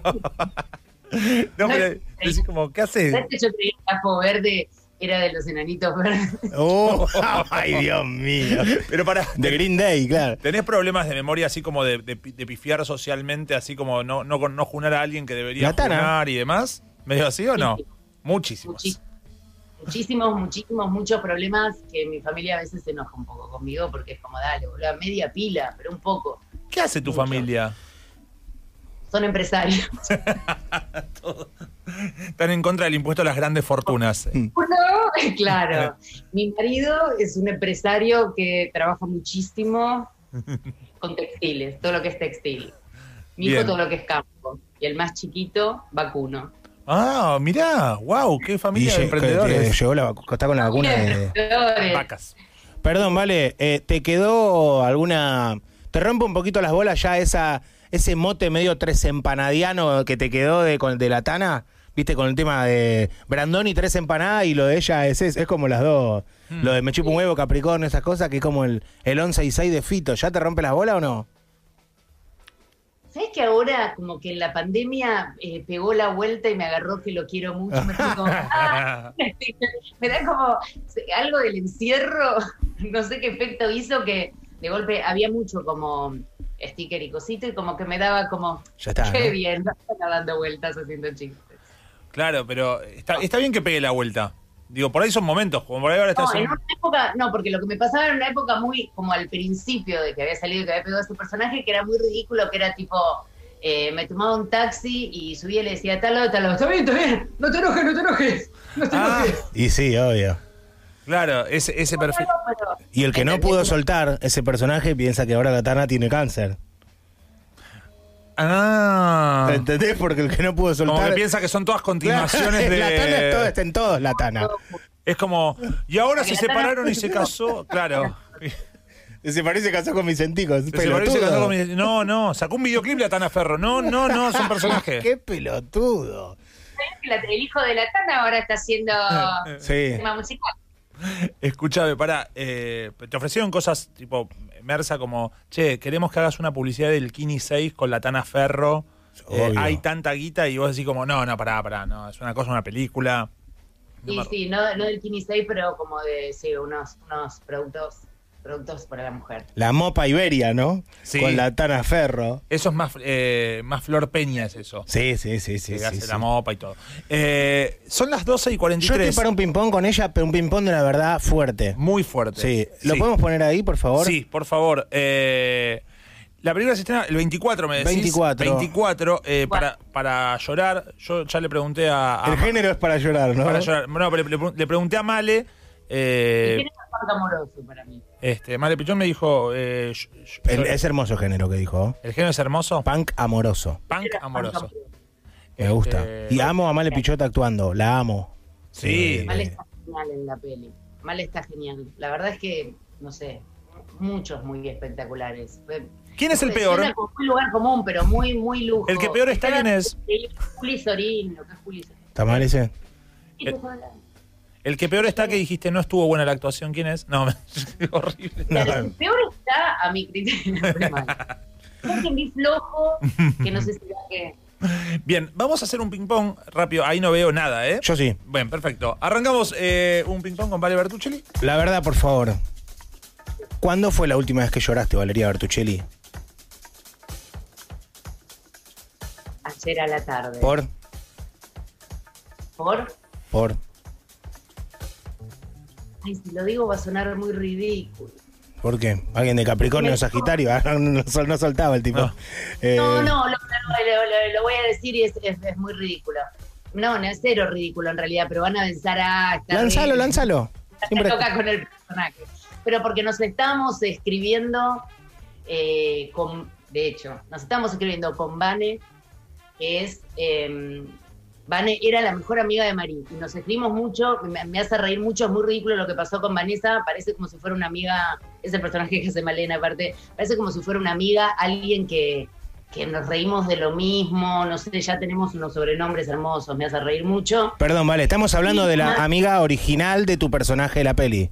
S1: no, pero es como, ¿qué haces?
S5: ¿Sabes que yo creía que Tapo Verde era de los enanitos verdes?
S4: Oh, ay, Dios mío.
S1: Pero para.
S4: De Green Day, claro.
S1: ¿Tenés problemas de memoria así como de, de pi- de pifiar socialmente, así como no, no, con- no junar a alguien que debería
S4: La Tana.
S1: junar y demás? ¿Medio así o no?
S5: Sí.
S1: Muchísimos.
S5: Muchi- Muchísimos, muchísimos, muchos problemas que mi familia a veces se enoja un poco conmigo porque es como, dale, boludo, media pila, pero un poco.
S1: ¿Qué hace tu
S5: Mucho.
S1: familia?
S5: Son empresarios.
S1: Están en contra del impuesto a las grandes fortunas.
S5: Uno, claro. Mi marido es un empresario que trabaja muchísimo con textiles, todo lo que es textil. Mi hijo
S1: Bien.
S5: todo lo que es campo. Y el más chiquito, vacuno.
S1: Ah, mirá, wow, qué familia de
S4: Lle- eh,
S1: emprendedores.
S4: llegó la vacu- está con la vacuna de.
S5: Emprendedores.
S1: Vacas.
S4: Perdón, vale, eh, ¿te quedó alguna. ¿Te rompe un poquito las bolas ya esa, ese mote medio tres empanadiano que te quedó de, con- de la tana? ¿Viste? Con el tema de Brandoni tres empanadas y lo de ella es, es, es como las dos.
S1: Hmm.
S4: Lo de me chupa un huevo, Capricornio, esas cosas, que es como el, el 11 y 6 de Fito. ¿Ya te rompe las bolas o no?
S5: ¿Sabes que ahora, como que en la pandemia, eh, pegó la vuelta y me agarró que lo quiero mucho? Me, fui como, "Ah", me da como se- algo del encierro, no sé qué efecto hizo que de golpe había mucho como sticker y cosito y como que me daba como,
S4: Ya está.
S5: qué
S4: ¿no?
S5: bien, no están dando vueltas haciendo chistes.
S1: Claro, pero está, está bien que pegue la vuelta. Digo, por ahí son momentos, como por ahí ahora estás
S5: No, en
S1: en-
S5: una época, no, porque lo que me pasaba era una época muy como al principio de que había salido y que había pegado a este personaje, que era muy ridículo, que era tipo, eh, me tomaba un taxi y subía y le decía, tal lado, tal lado, está bien, está bien, no te enojes, no te enojes, no te
S1: Ah,
S5: enojes.
S4: Y sí, obvio.
S1: Claro, ese, ese perfil.
S5: No, pero-
S4: Y el que no
S5: ¿Entendés?
S4: pudo soltar ese personaje piensa que ahora la tana tiene cáncer.
S1: Ah.
S4: ¿Entendés? Porque el que no pudo soltar.
S1: Como que piensa que son todas continuaciones de.
S4: La tana es todo, está en todos la tana.
S1: Es como, y ahora se
S5: Porque la tana-
S1: separaron y se casó. Claro.
S4: Se parece casó con Vicentico.
S1: Se separó y se casó con mi- No, no, sacó un videoclip la Tana Ferro. No, no, no, son personajes.
S4: Qué pelotudo.
S5: ¿sabés que la- el hijo de la Tana ahora está haciendo
S4: Sí.
S5: tema musical.
S1: Escúchame, pará. eh, te ofrecieron cosas tipo Mersa como, che, queremos que hagas una publicidad del Kini 6 con la Tana Ferro. Eh,
S4: Obvio.
S1: hay tanta guita y vos decís como, no, no, pará, pará, no, es una cosa, una película. No
S5: Sí,
S1: me-
S5: sí, no, no del Kini 6, pero como de, sí, unos, unos productos, productos para la mujer.
S4: La mopa Iberia, ¿no?
S1: Sí.
S4: Con la tana ferro.
S1: Eso es más, eh, más Flor Peña es eso.
S4: Sí, sí, sí, sí.
S1: que
S4: sí,
S1: hace
S4: sí.
S1: la mopa y todo. Eh, son las 12 y
S4: Yo estoy
S1: 43.
S4: para un ping-pong con ella, pero un ping-pong de la verdad fuerte.
S1: Muy fuerte.
S4: Sí. ¿Lo podemos poner ahí, por favor?
S1: Sí, por favor. Eh, la película se estrena el 24, me decís.
S4: 24.
S1: 24, eh, para, para llorar. Yo ya le pregunté a. a-
S4: El género es para llorar, ¿no?
S1: para llorar. No, pero le, le pregunté a Male.
S5: Y
S1: eh,
S5: tiene un parte amoroso para mí.
S1: este, Male Pichón me dijo. eh, yo- yo-
S4: El- es hermoso género que dijo. ¿eh?
S1: el género es hermoso.
S4: Punk amoroso.
S1: Punk amoroso.
S4: Me gusta.
S1: Este-
S4: Y amo a Male Pichota actuando. La amo. Eh,
S1: Sí.
S5: Mal está genial en la peli. Mal está genial. La verdad es que, no sé, muchos muy espectaculares.
S1: ¿Quién es el
S5: Suena
S1: peor?
S5: como un lugar común, pero muy, muy lujo.
S1: El que peor está, ¿quién es? Eh,
S5: Juli Sorín, lo que es Juli Sorín.
S4: ¿Está mal ese?
S5: ¿Qué te jodas?
S1: El que peor está que dijiste no estuvo buena la actuación. ¿Quién es? No, horrible.
S5: El peor está a mi criterio. muy mal. Creo que vi flojo, que no sé si era que...
S1: Bien, vamos a hacer un ping-pong rápido. Ahí no veo nada, ¿eh?
S4: Yo sí.
S1: Bien, perfecto. Arrancamos eh, un ping-pong con Vale Bertuccelli.
S4: La verdad, por favor. ¿Cuándo fue la última vez que lloraste, Valeria Bertuccelli?
S5: Ayer a la tarde.
S4: Por,
S5: ¿Por?
S4: por.
S5: Ay, si lo digo va a sonar muy ridículo.
S4: ¿Por qué? ¿Alguien de Capricornio o Sagitario? Ah, No, no sol- no soltaba el tipo.
S1: No.
S4: Eh,
S5: No, no, lo, lo- lo- lo voy a decir y es, es- es muy ridículo. No, no es cero ridículo en realidad, pero van a eh, pensar a... está
S4: Lánzalo,
S5: bien,
S4: lánzalo.
S5: se
S4: Siempre-
S5: toca con el personaje. Pero porque nos estamos escribiendo eh, con... De hecho, nos estamos escribiendo con Vane, que es eh, Vane era la mejor amiga de Marí. Y nos escribimos mucho, me, me hace reír mucho, es muy ridículo lo que pasó con Vanessa. Parece como si fuera una amiga, ese personaje que hace Malena, aparte, parece como si fuera una amiga, alguien que, que nos reímos de lo mismo. No sé, ya tenemos unos sobrenombres hermosos, me hace reír mucho.
S4: Perdón, vale, estamos hablando
S5: Sí,
S4: de
S5: ma-
S4: la amiga original de tu personaje de la peli.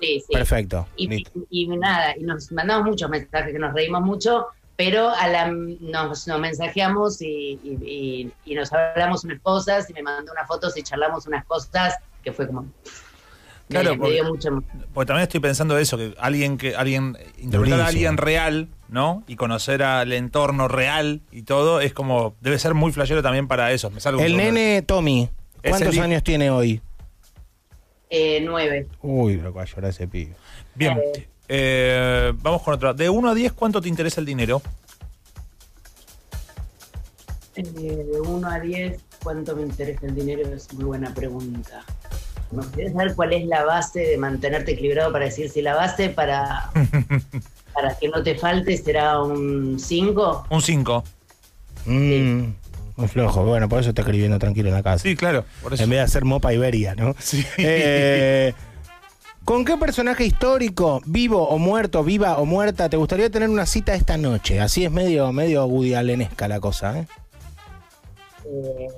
S5: Sí, sí.
S4: Perfecto.
S5: Y,
S4: listo.
S5: y nada, y nos mandamos muchos mensajes que nos reímos mucho, pero a la, nos, nos mensajeamos y, y- y- y nos hablamos unas cosas y me mandó unas fotos y charlamos unas cosas que fue como...
S1: Claro,
S5: me, me
S1: porque-
S5: dio mucho emo-
S1: Porque también estoy pensando eso, que alguien que alguien interpretar a
S4: Durísimo.
S1: alguien real, ¿no? Y conocer al entorno real y todo es como debe ser muy flashero también para eso. Me sale un
S4: El
S1: sobre-
S4: nene Tommy,
S1: Es
S4: ¿cuántos
S1: el hijo.
S4: años tiene hoy?
S5: eh, nueve.
S4: Uy, lo que va a llorar ese pibe.
S1: Bien. Eh, vamos con otra. De 1 a 10, ¿cuánto te interesa el dinero?
S5: Eh, de uno a diez, ¿cuánto me interesa el dinero? Es muy buena pregunta. Me gustaría saber cuál es la base de mantenerte equilibrado para decir si la base para, para que no te falte será un 5.
S1: Un 5.
S4: Mm, muy flojo. Bueno, por eso está escribiendo tranquilo en la casa.
S1: Sí, claro. Por eso.
S4: En vez de hacer mopa iberia, ¿no?
S1: Sí.
S4: Eh, ¿Con qué personaje histórico, vivo o muerto, viva o muerta, te gustaría tener una cita esta noche? Así es medio, medio Woody Allenesca la cosa, ¿eh?
S5: Eh,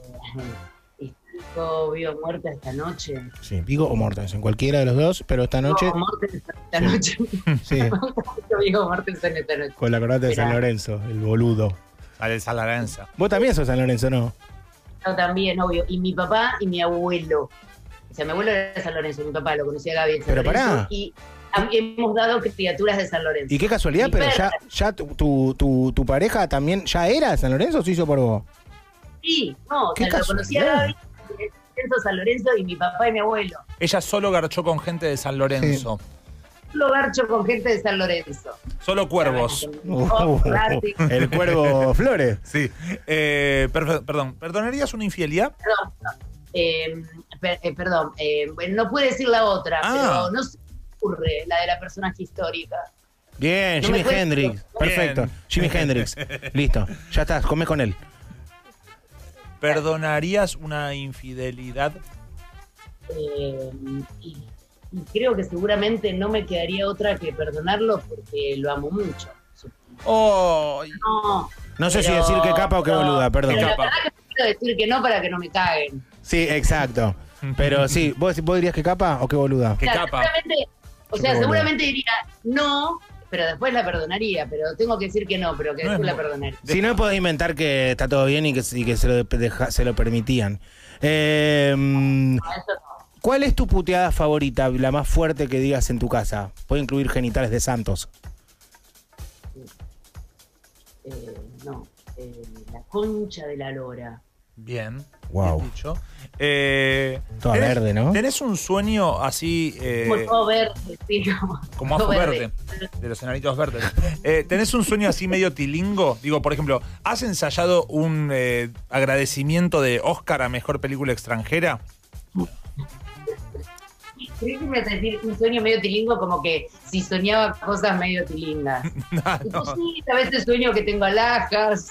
S5: Histórico, vivo muerta esta noche.
S4: Sí. Vivo o muerto, es en cualquiera de los dos, pero esta noche.
S5: Vivo muerta esta noche.
S4: Sí,
S5: vivo muerta esta noche.
S4: con la corbata de San
S5: Mirá.
S4: Lorenzo, el boludo.
S1: Sale esa alabanza.
S4: Vos también sos San Lorenzo, ¿no?
S5: Yo también, obvio. Y mi papá y mi abuelo. O sea, mi abuelo era de San Lorenzo, mi papá lo conocía Gaby de San
S4: Pero
S5: Lorenzo.
S4: pará.
S5: Y am- hemos dado criaturas de San Lorenzo.
S4: Y qué casualidad,
S5: Mi
S4: pero
S5: perra.
S4: ya, ya tu, tu, tu- tu pareja también ya era de San Lorenzo o se hizo por vos.
S5: Sí, no, o
S4: Qué
S5: sea, lo conocía
S4: casualidad.
S5: Gaby de Lorenzo, San Lorenzo y mi papá y mi abuelo.
S1: Ella solo garchó con gente de San Lorenzo.
S5: Lo garcho con gente de San Lorenzo.
S1: Solo cuervos.
S5: Oh, Rati.
S4: el cuervo Flores.
S1: Sí. Eh, perfe- perdón. ¿Perdonarías una infidelidad?
S5: perdón, perdón. Eh, per- eh, perdón, eh, bueno, no pude decir la otra,
S1: Ah.
S5: pero no se me ocurre la de la personaje histórica.
S4: Bien,
S5: No
S4: Jimi
S5: me cuesta.
S4: Hendrix. Perfecto.
S1: Bien.
S4: Jimi Hendrix. Listo. Ya estás, comes con él.
S1: ¿Perdonarías una infidelidad?
S5: Eh, y, y creo que seguramente no me quedaría otra que perdonarlo porque lo amo mucho.
S1: ¡Oh!
S5: No,
S4: No sé si
S5: pero-
S4: decir que capa o que
S5: pero-
S4: boluda, perdón.
S5: pero la
S1: Capa.
S5: verdad que prefiero decir que no para que no me caguen.
S4: Sí, exacto. Pero sí, ¿vos, vos dirías que capa o que boluda?
S1: ¡Qué
S5: O sea,
S1: capa!
S5: seguramente- o sea,
S4: Qué boluda.
S5: seguramente diría no, pero después la perdonaría, pero tengo que decir que no, pero que
S1: No es
S5: después la
S1: mu-
S5: perdonaría.
S4: Si no, podés inventar que está todo bien y que, y que se, lo deja- se lo permitían. Eh, mm,
S5: No, eso no.
S4: ¿Cuál es tu puteada favorita, la más fuerte que digas en tu casa? Puede incluir genitales de santos.
S5: eh, no, eh, la concha de la lora.
S1: Bien.
S4: Wow.
S1: bien dicho. Eh,
S4: Toda
S1: ¿tenés-
S4: verde, ¿no?
S1: ¿Tenés un sueño así eh,
S5: Como todo verde, sí, como,
S1: como
S5: todo
S1: ajo verde? De los enanitos verdes. Eh, ¿Tenés un sueño así medio tilingo? Digo, por ejemplo, ¿has ensayado un eh, agradecimiento de Oscar a Mejor Película Extranjera?
S5: Creí que me ibas a decir un sueño medio tilingo, como que si soñaba cosas medio tilingas.
S1: Ah,
S5: Y
S1: no.
S5: pues sí, a veces sueño que tengo alhajas.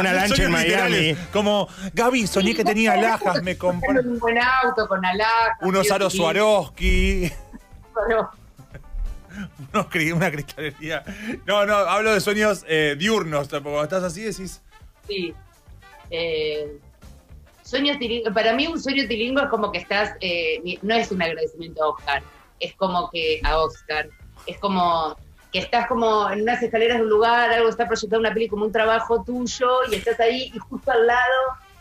S4: una lancha en
S1: Sueños
S4: Miami.
S1: literales, Como, Gaby, soñé que tenía alhajas, me compré
S5: un buen auto con alhajas.
S1: unos
S5: medio
S1: aros
S5: tilingo,
S1: Swarovski.
S5: pero-
S1: unos cri- una cristalería. No, no, hablo de sueños eh, diurnos. tipo, Cuando estás así decís.
S5: Sí. Eh, sueños tilingo- Para mí un sueño tilingo es como que estás, eh, ni- no es un agradecimiento a Oscar, es como que a Oscar, es como que estás como en unas escaleras de un lugar, algo está proyectado una peli como un trabajo tuyo y estás ahí y justo al lado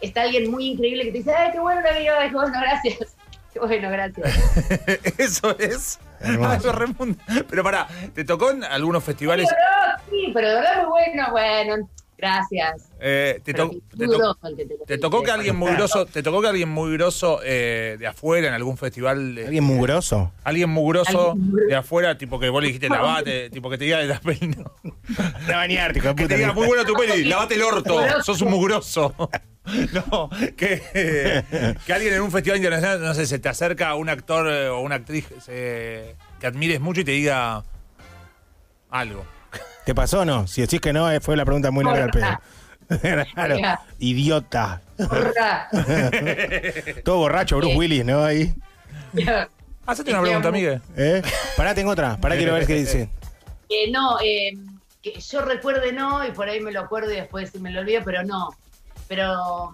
S5: está alguien muy increíble que te dice, ay, qué bueno la vida, qué bueno, gracias. Qué bueno, gracias.
S1: Eso es.
S4: Hermoso.
S1: Ah, eso remonta. Pero pará, ¿te tocó en algunos festivales?
S5: Pero no, sí, pero de verdad muy bueno, bueno, gracias.
S1: eh, te, to-
S5: Pero qué
S1: te to-
S5: dudoso el que te lo
S1: te tocó
S5: dice.
S1: que alguien muy grosso, te tocó que alguien muy grosso eh, de afuera en algún festival de-
S4: Alguien mugroso.
S1: alguien mugroso
S5: Alguien muy-
S1: de afuera, tipo que vos le dijiste lavate, tipo que te diga de la peli, no.
S4: De bañarte, hijo de
S1: Que
S4: puta.
S1: te diga muy bueno tu peli, lavate el orto,
S5: Mugroso.
S1: sos un mugroso. No, que, eh, que alguien en un festival internacional, no sé, se te acerca un actor eh, o una actriz eh, que admires mucho y te diga algo.
S4: ¿Te pasó o no? Si decís que no, eh, fue la pregunta muy larga al pedo. Claro.
S5: Ya.
S4: Idiota.
S5: Porra.
S4: Todo borracho, Bruce
S5: Sí.
S4: Willis, ¿no? Ahí.
S5: Ya.
S1: Hacete una pregunta, Miguel.
S4: ¿Eh? Pará, tengo otra. Pará, quiero ver qué dice.
S5: Eh, no, eh, que yo recuerde no, y por ahí me lo acuerdo y después me lo olvido, pero no. Pero.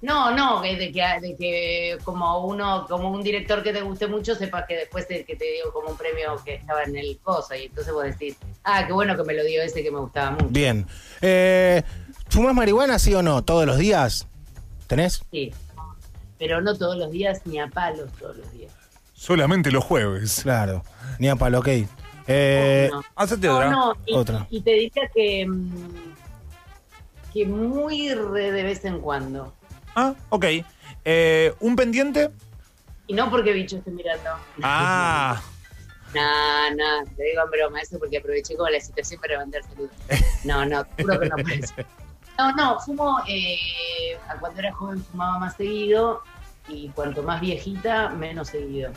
S5: No, no, eh, de que, de que como uno, como un director que te guste mucho, sepas que después te, que te dio como un premio que estaba en el cosa, y entonces vos decís, ah, qué bueno que me lo dio ese que me gustaba mucho.
S4: Bien. Eh, ¿Fumás marihuana, sí o no? ¿Todos los días? ¿Tenés?
S5: Sí. Pero no todos los días, ni a palos todos los días.
S2: Solamente los jueves.
S4: Claro. Ni a palo, ok. Eh,
S5: No.
S1: Hacete
S5: No,
S1: otra.
S5: no, y,
S4: Otra.
S5: y te diría que, mm, que muy re de vez en cuando.
S1: Ah, ok. Eh, ¿Un pendiente?
S5: Y no porque bicho esté mirando.
S1: Ah,
S5: No, no, te digo en broma eso porque aproveché como la situación para mandar saludos. No, no, te juro que no por eso. No, no, fumo, eh, a cuando era joven fumaba más seguido y cuanto más viejita, menos seguido.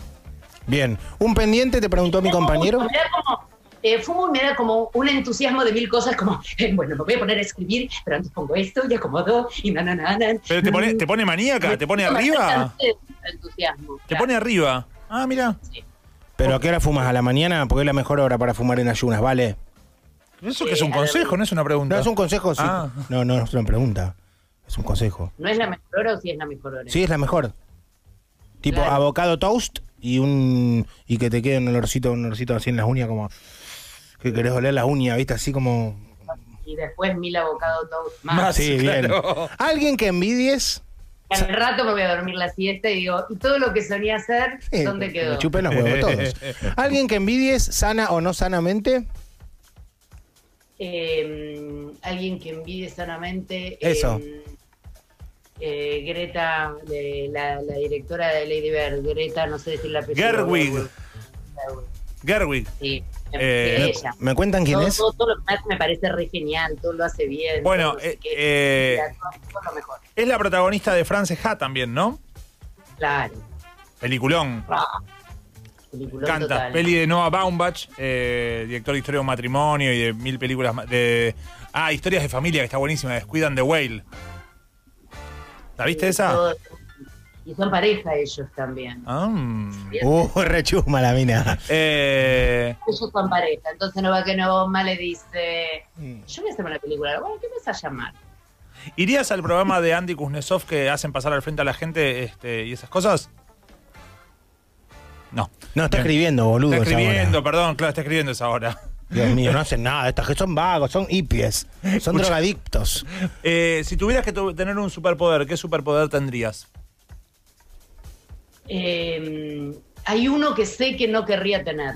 S4: bien. ¿Un pendiente te preguntó mi compañero?
S5: Me da como, eh, fumo y me da como un entusiasmo de mil cosas, como, eh, bueno, me voy a poner a escribir, pero antes pongo esto y acomodo y na, na, na, na.
S1: pero te pone, te pone maníaca, te pone arriba.
S5: Me da bastante Entusiasmo,
S1: Te
S5: claro.
S1: pone arriba. Ah, mira.
S4: ¿Pero a qué hora fumas? ¿A la mañana? Porque es la mejor hora para fumar en ayunas, ¿vale?
S1: Eso que es un consejo, no es una
S4: No,
S1: pregunta.
S4: es un consejo, sí.
S1: Ah.
S4: No, no, es una pregunta. Es un consejo.
S5: ¿No es la mejor hora o si es la mejor hora?
S4: Sí, es la mejor. Tipo
S5: Claro.
S4: avocado toast y un y que te quede un olorcito, un olorcito así en las uñas como que querés oler las uñas, ¿viste? Así como
S5: Y después mil abocados todos más.
S1: Más. Ah,
S4: Sí,
S1: sí, claro.
S4: bien. Alguien que envidies
S5: Al rato me voy a dormir la siesta y digo, ¿y todo lo que solía hacer,
S4: Eh,
S5: dónde
S4: que
S5: quedó?
S4: Me chupen los huevos todos. Alguien que envidies sana o no sanamente.
S5: Eh, alguien que envidie sanamente. eh,
S4: Eso.
S5: eh, Greta, de la, la directora de Lady Bird, Greta, no sé decir la apellido.
S1: Gerwig. Gerwig.
S5: Sí, em,
S1: Eh,
S5: ella.
S4: ¿Me cuentan quién
S5: todo,
S4: es?
S5: todo- todo lo que hace me parece re genial, todo lo hace bien.
S1: Bueno,
S5: todo no sé
S1: eh,
S5: qué.
S1: eh,
S5: Mira, todo- todo lo mejor.
S1: Es la protagonista de France Ha también, ¿no?
S5: Claro.
S1: Peliculón.
S5: Ah, peliculón
S1: Canta.
S5: total.
S1: Peli de Noah Baumbach, eh, director de Historia de un Matrimonio y de mil películas ma- de... Ah, Historias de Familia, que está buenísima, Descuidan the Whale. ¿La viste esa?
S5: Todo- Y son pareja ellos también.
S1: Ah, mm.
S4: Uh, rechuma la mina.
S1: Eh,
S5: Ellos son pareja. Entonces no va que no más le dice,
S1: Mm.
S5: yo voy a hacer una película. Bueno, ¿qué vas a llamar?
S1: ¿Irías al programa de Andy Kuznetsov que hacen pasar al frente a la gente este, y esas cosas? No.
S4: No, está
S1: Bien.
S4: escribiendo, boludo.
S1: Está
S4: esa
S1: escribiendo,
S4: hora.
S1: perdón, claro, está escribiendo esa hora.
S4: Dios mío, no hacen nada. Estas que son vagos, son hipies. Son drogadictos.
S1: Eh, si tuvieras que tu- tener un superpoder, ¿qué superpoder tendrías?
S5: Eh, hay uno que sé que no querría tener.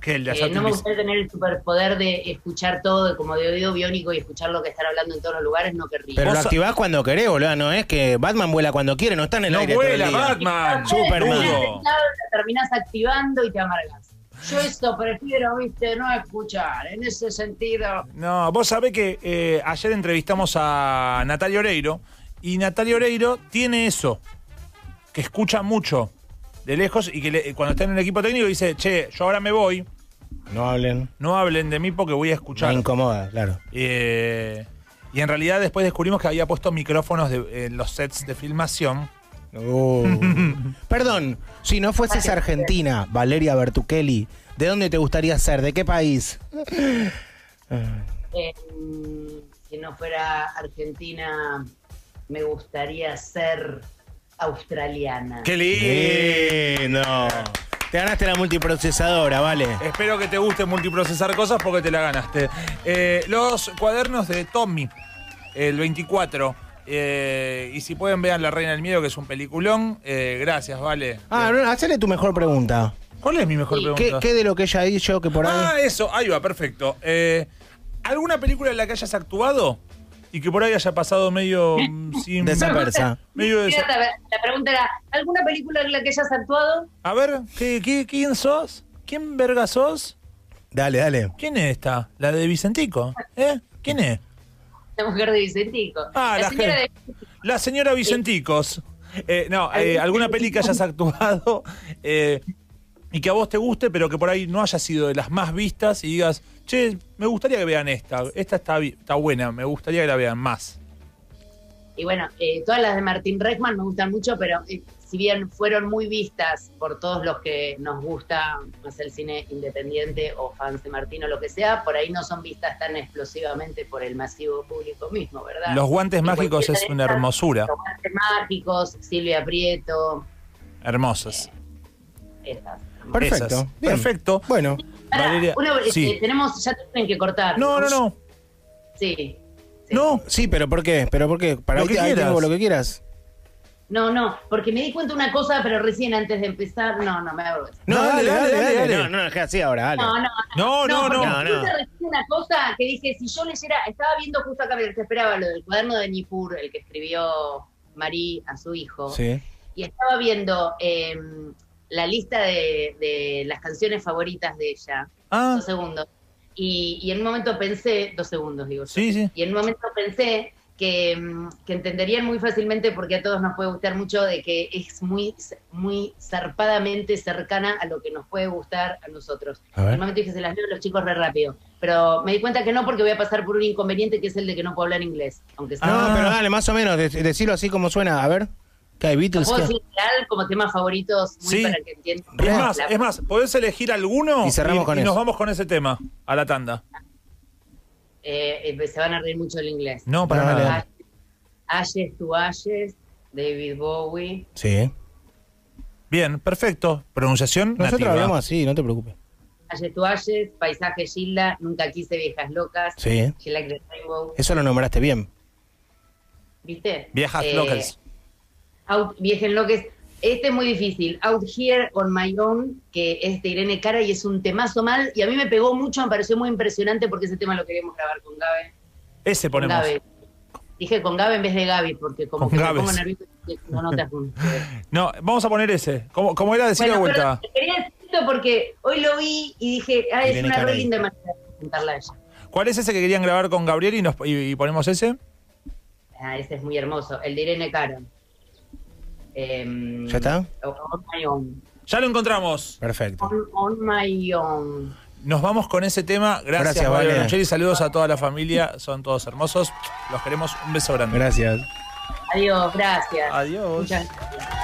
S1: Que el de
S5: Eh,
S1: hacerte
S5: no me
S1: invis-
S5: gustaría tener el superpoder de escuchar todo, de- como de oído biónico y escuchar lo que están hablando en todos los lugares, no querría.
S4: Pero lo
S1: Vos-
S4: activás cuando querés, boludo. No es que Batman vuela cuando quiere, no está en el
S1: No
S4: aire todo
S1: vuela,
S4: el día.
S1: Batman.
S4: Superman.
S1: Boludo.
S5: terminas activando y te amargas. Yo esto prefiero, viste, no escuchar. En ese sentido,
S1: No, vos sabés que eh, ayer entrevistamos a Natalia Oreiro y Natalia Oreiro tiene eso, que escucha mucho de lejos y que le- cuando está en el equipo técnico dice, che, yo ahora me voy,
S4: No hablen.
S1: no hablen de mí porque voy a
S4: Me
S1: escuchar.
S4: incomoda, claro.
S1: Eh, y en realidad después descubrimos que había puesto micrófonos de- en los sets de filmación.
S4: Uh. Perdón, si no fueses argentina, Valeria Bertuchelli, ¿de dónde te gustaría ser? ¿De qué país?
S5: eh, si no fuera Argentina, me gustaría ser australiana.
S1: ¡Qué lindo!
S4: no. Te ganaste la multiprocesadora, vale.
S1: Espero que te guste multiprocesar cosas porque te la ganaste. Eh, los cuadernos de Tommy, el 24. Eh, y si pueden, vean La Reina del Miedo, que es un peliculón. Eh, gracias, vale.
S4: Ah, no, hacele tu mejor pregunta.
S1: ¿Cuál es mi mejor
S4: ¿Qué,
S1: pregunta?
S4: qué de lo que ella dicho que por
S1: ah,
S4: ahí?
S1: eso, ahí va, perfecto. Eh, ¿Alguna película en la que hayas actuado y que por ahí haya pasado medio mm, sin.
S4: Desapersa.
S1: medio desa-
S5: Fíjate, a ver, La pregunta era, ¿alguna película en la que hayas actuado?
S1: A ver, ¿qué, qué, quién sos? ¿Quién verga sos?
S4: Dale, dale.
S1: ¿Quién es esta? ¿La de Vicentico? ¿Eh? ¿Quién es?
S5: La mujer de Vicentico.
S1: Ah, la
S5: señora
S1: gente.
S5: de-
S1: La señora Vicenticos. Eh, no, eh, alguna peli que hayas actuado eh, y que a vos te guste, pero que por ahí no haya sido de las más vistas y digas, che, me gustaría que vean esta, esta está, bi- está buena, me gustaría que la vean más.
S5: Y bueno, eh, todas las de Martín Reckman me gustan mucho, pero eh, si bien fueron muy vistas por todos los que nos gusta más el cine independiente o fans de Martín o lo que sea, por ahí no son vistas tan explosivamente por el masivo público mismo, ¿verdad?
S1: Los guantes
S5: Y
S1: mágicos
S5: cualquiera
S1: es
S5: de
S1: una
S5: estas,
S1: hermosura,
S5: Los guantes mágicos, Silvia Prieto,
S1: hermosas.
S5: Eh, esas.
S4: Perfecto,
S1: Esas.
S4: bien.
S1: Perfecto.
S4: Bueno,
S5: Pará,
S1: Valeria,
S5: una- eh,
S1: sí.
S5: tenemos, ya tienen que cortar.
S1: No, no, no.
S5: Sí. sí.
S1: No,
S4: sí, pero ¿por qué? ¿Pero por qué? Para
S1: Lo
S4: ahí,
S1: que
S4: te- ahí
S1: quieras.
S4: tengo lo que quieras.
S5: No, no, porque me di cuenta una cosa, pero recién antes de empezar, no, no, me hago eso.
S1: No, dale, dale, dale.
S4: No, no, dejá así ahora, dale.
S5: No, no,
S1: no, no,
S5: porque
S1: no.
S4: no, no.
S5: me puse recién una cosa que dije, si yo leyera, estaba viendo justo acá mientras esperaba lo del cuaderno de Nippur, el que escribió Marí a su hijo,
S4: Sí.
S5: y estaba viendo eh, la lista de, de las canciones favoritas de ella,
S1: Ah,
S5: dos segundos, y, y en un momento pensé, dos segundos digo yo,
S1: sí, sí.
S5: y en un momento pensé que, mm, que entenderían muy fácilmente porque a todos nos puede gustar mucho de que es muy, muy zarpadamente cercana a lo que nos puede gustar a nosotros.
S4: A ver.
S5: En un momento dije, se las leo a los chicos re rápido. Pero me di cuenta que no porque voy a pasar por un inconveniente que es el de que no puedo hablar inglés. Aunque sea.
S1: Ah,
S4: No, pero dale, más o menos, de- decirlo así como suena. A ver, ¿qué hay Beatles?
S5: Puedo
S4: ¿Qué?
S5: decir real como temas favoritos muy
S1: Sí.
S5: para que entiendan.
S1: Es
S4: Re-
S1: más, es más, podés elegir alguno
S4: Y cerramos con
S1: y
S4: eso.
S1: nos vamos con ese tema a la tanda.
S5: Eh, eh, se van a reír mucho del inglés.
S1: No, para
S4: Dale.
S1: nada.
S5: Ashes to Ashes, David Bowie.
S4: Sí.
S1: Bien, perfecto. Pronunciación
S4: Nosotros
S1: nativa.
S4: hablamos así, no te preocupes.
S5: Ashes to Ashes, Paisaje Gilda, Nunca quise viejas locas.
S4: Sí.
S5: She Like the Rainbow.
S4: Eso lo nombraste bien.
S5: ¿Viste?
S1: Viejas
S5: Eh,
S1: locas.
S5: Out- Vieja en lo que es. Este es muy difícil. Out Here on My Own, que es de Irene Cara y es un temazo mal. Y a mí me pegó mucho, me pareció muy impresionante porque ese tema lo queríamos grabar con Gabe.
S1: Ese
S5: Con
S1: ponemos.
S5: Gabe. Dije con Gabe en vez de Gaby, porque como
S1: Con
S5: que
S1: Gabe.
S5: me pongo nervioso no, no te apuntes.
S1: No, vamos a poner ese. Como, como era decir la
S5: Bueno,
S1: vuelta.
S5: pero te quería decir esto porque hoy lo vi y dije, ah, es
S4: Irene
S5: una re
S4: Cara.
S5: linda manera de presentarla a ella.
S1: ¿Cuál es ese que querían grabar con Gabriel y, nos, y, y ponemos ese?
S5: Ah, ese es muy hermoso. El de Irene Cara. Em,
S4: ¿Ya está?
S5: On My Own.
S1: Ya lo encontramos.
S4: Perfecto.
S5: On, on My Own.
S1: Nos vamos con ese tema. Gracias,
S4: Gracias,
S1: Valeria
S4: Vale.
S1: Rocheri. Saludos a toda la familia. Son todos hermosos. Los queremos. Un beso grande.
S4: Gracias.
S5: Adiós, gracias.
S1: Adiós.
S5: Muchas gracias.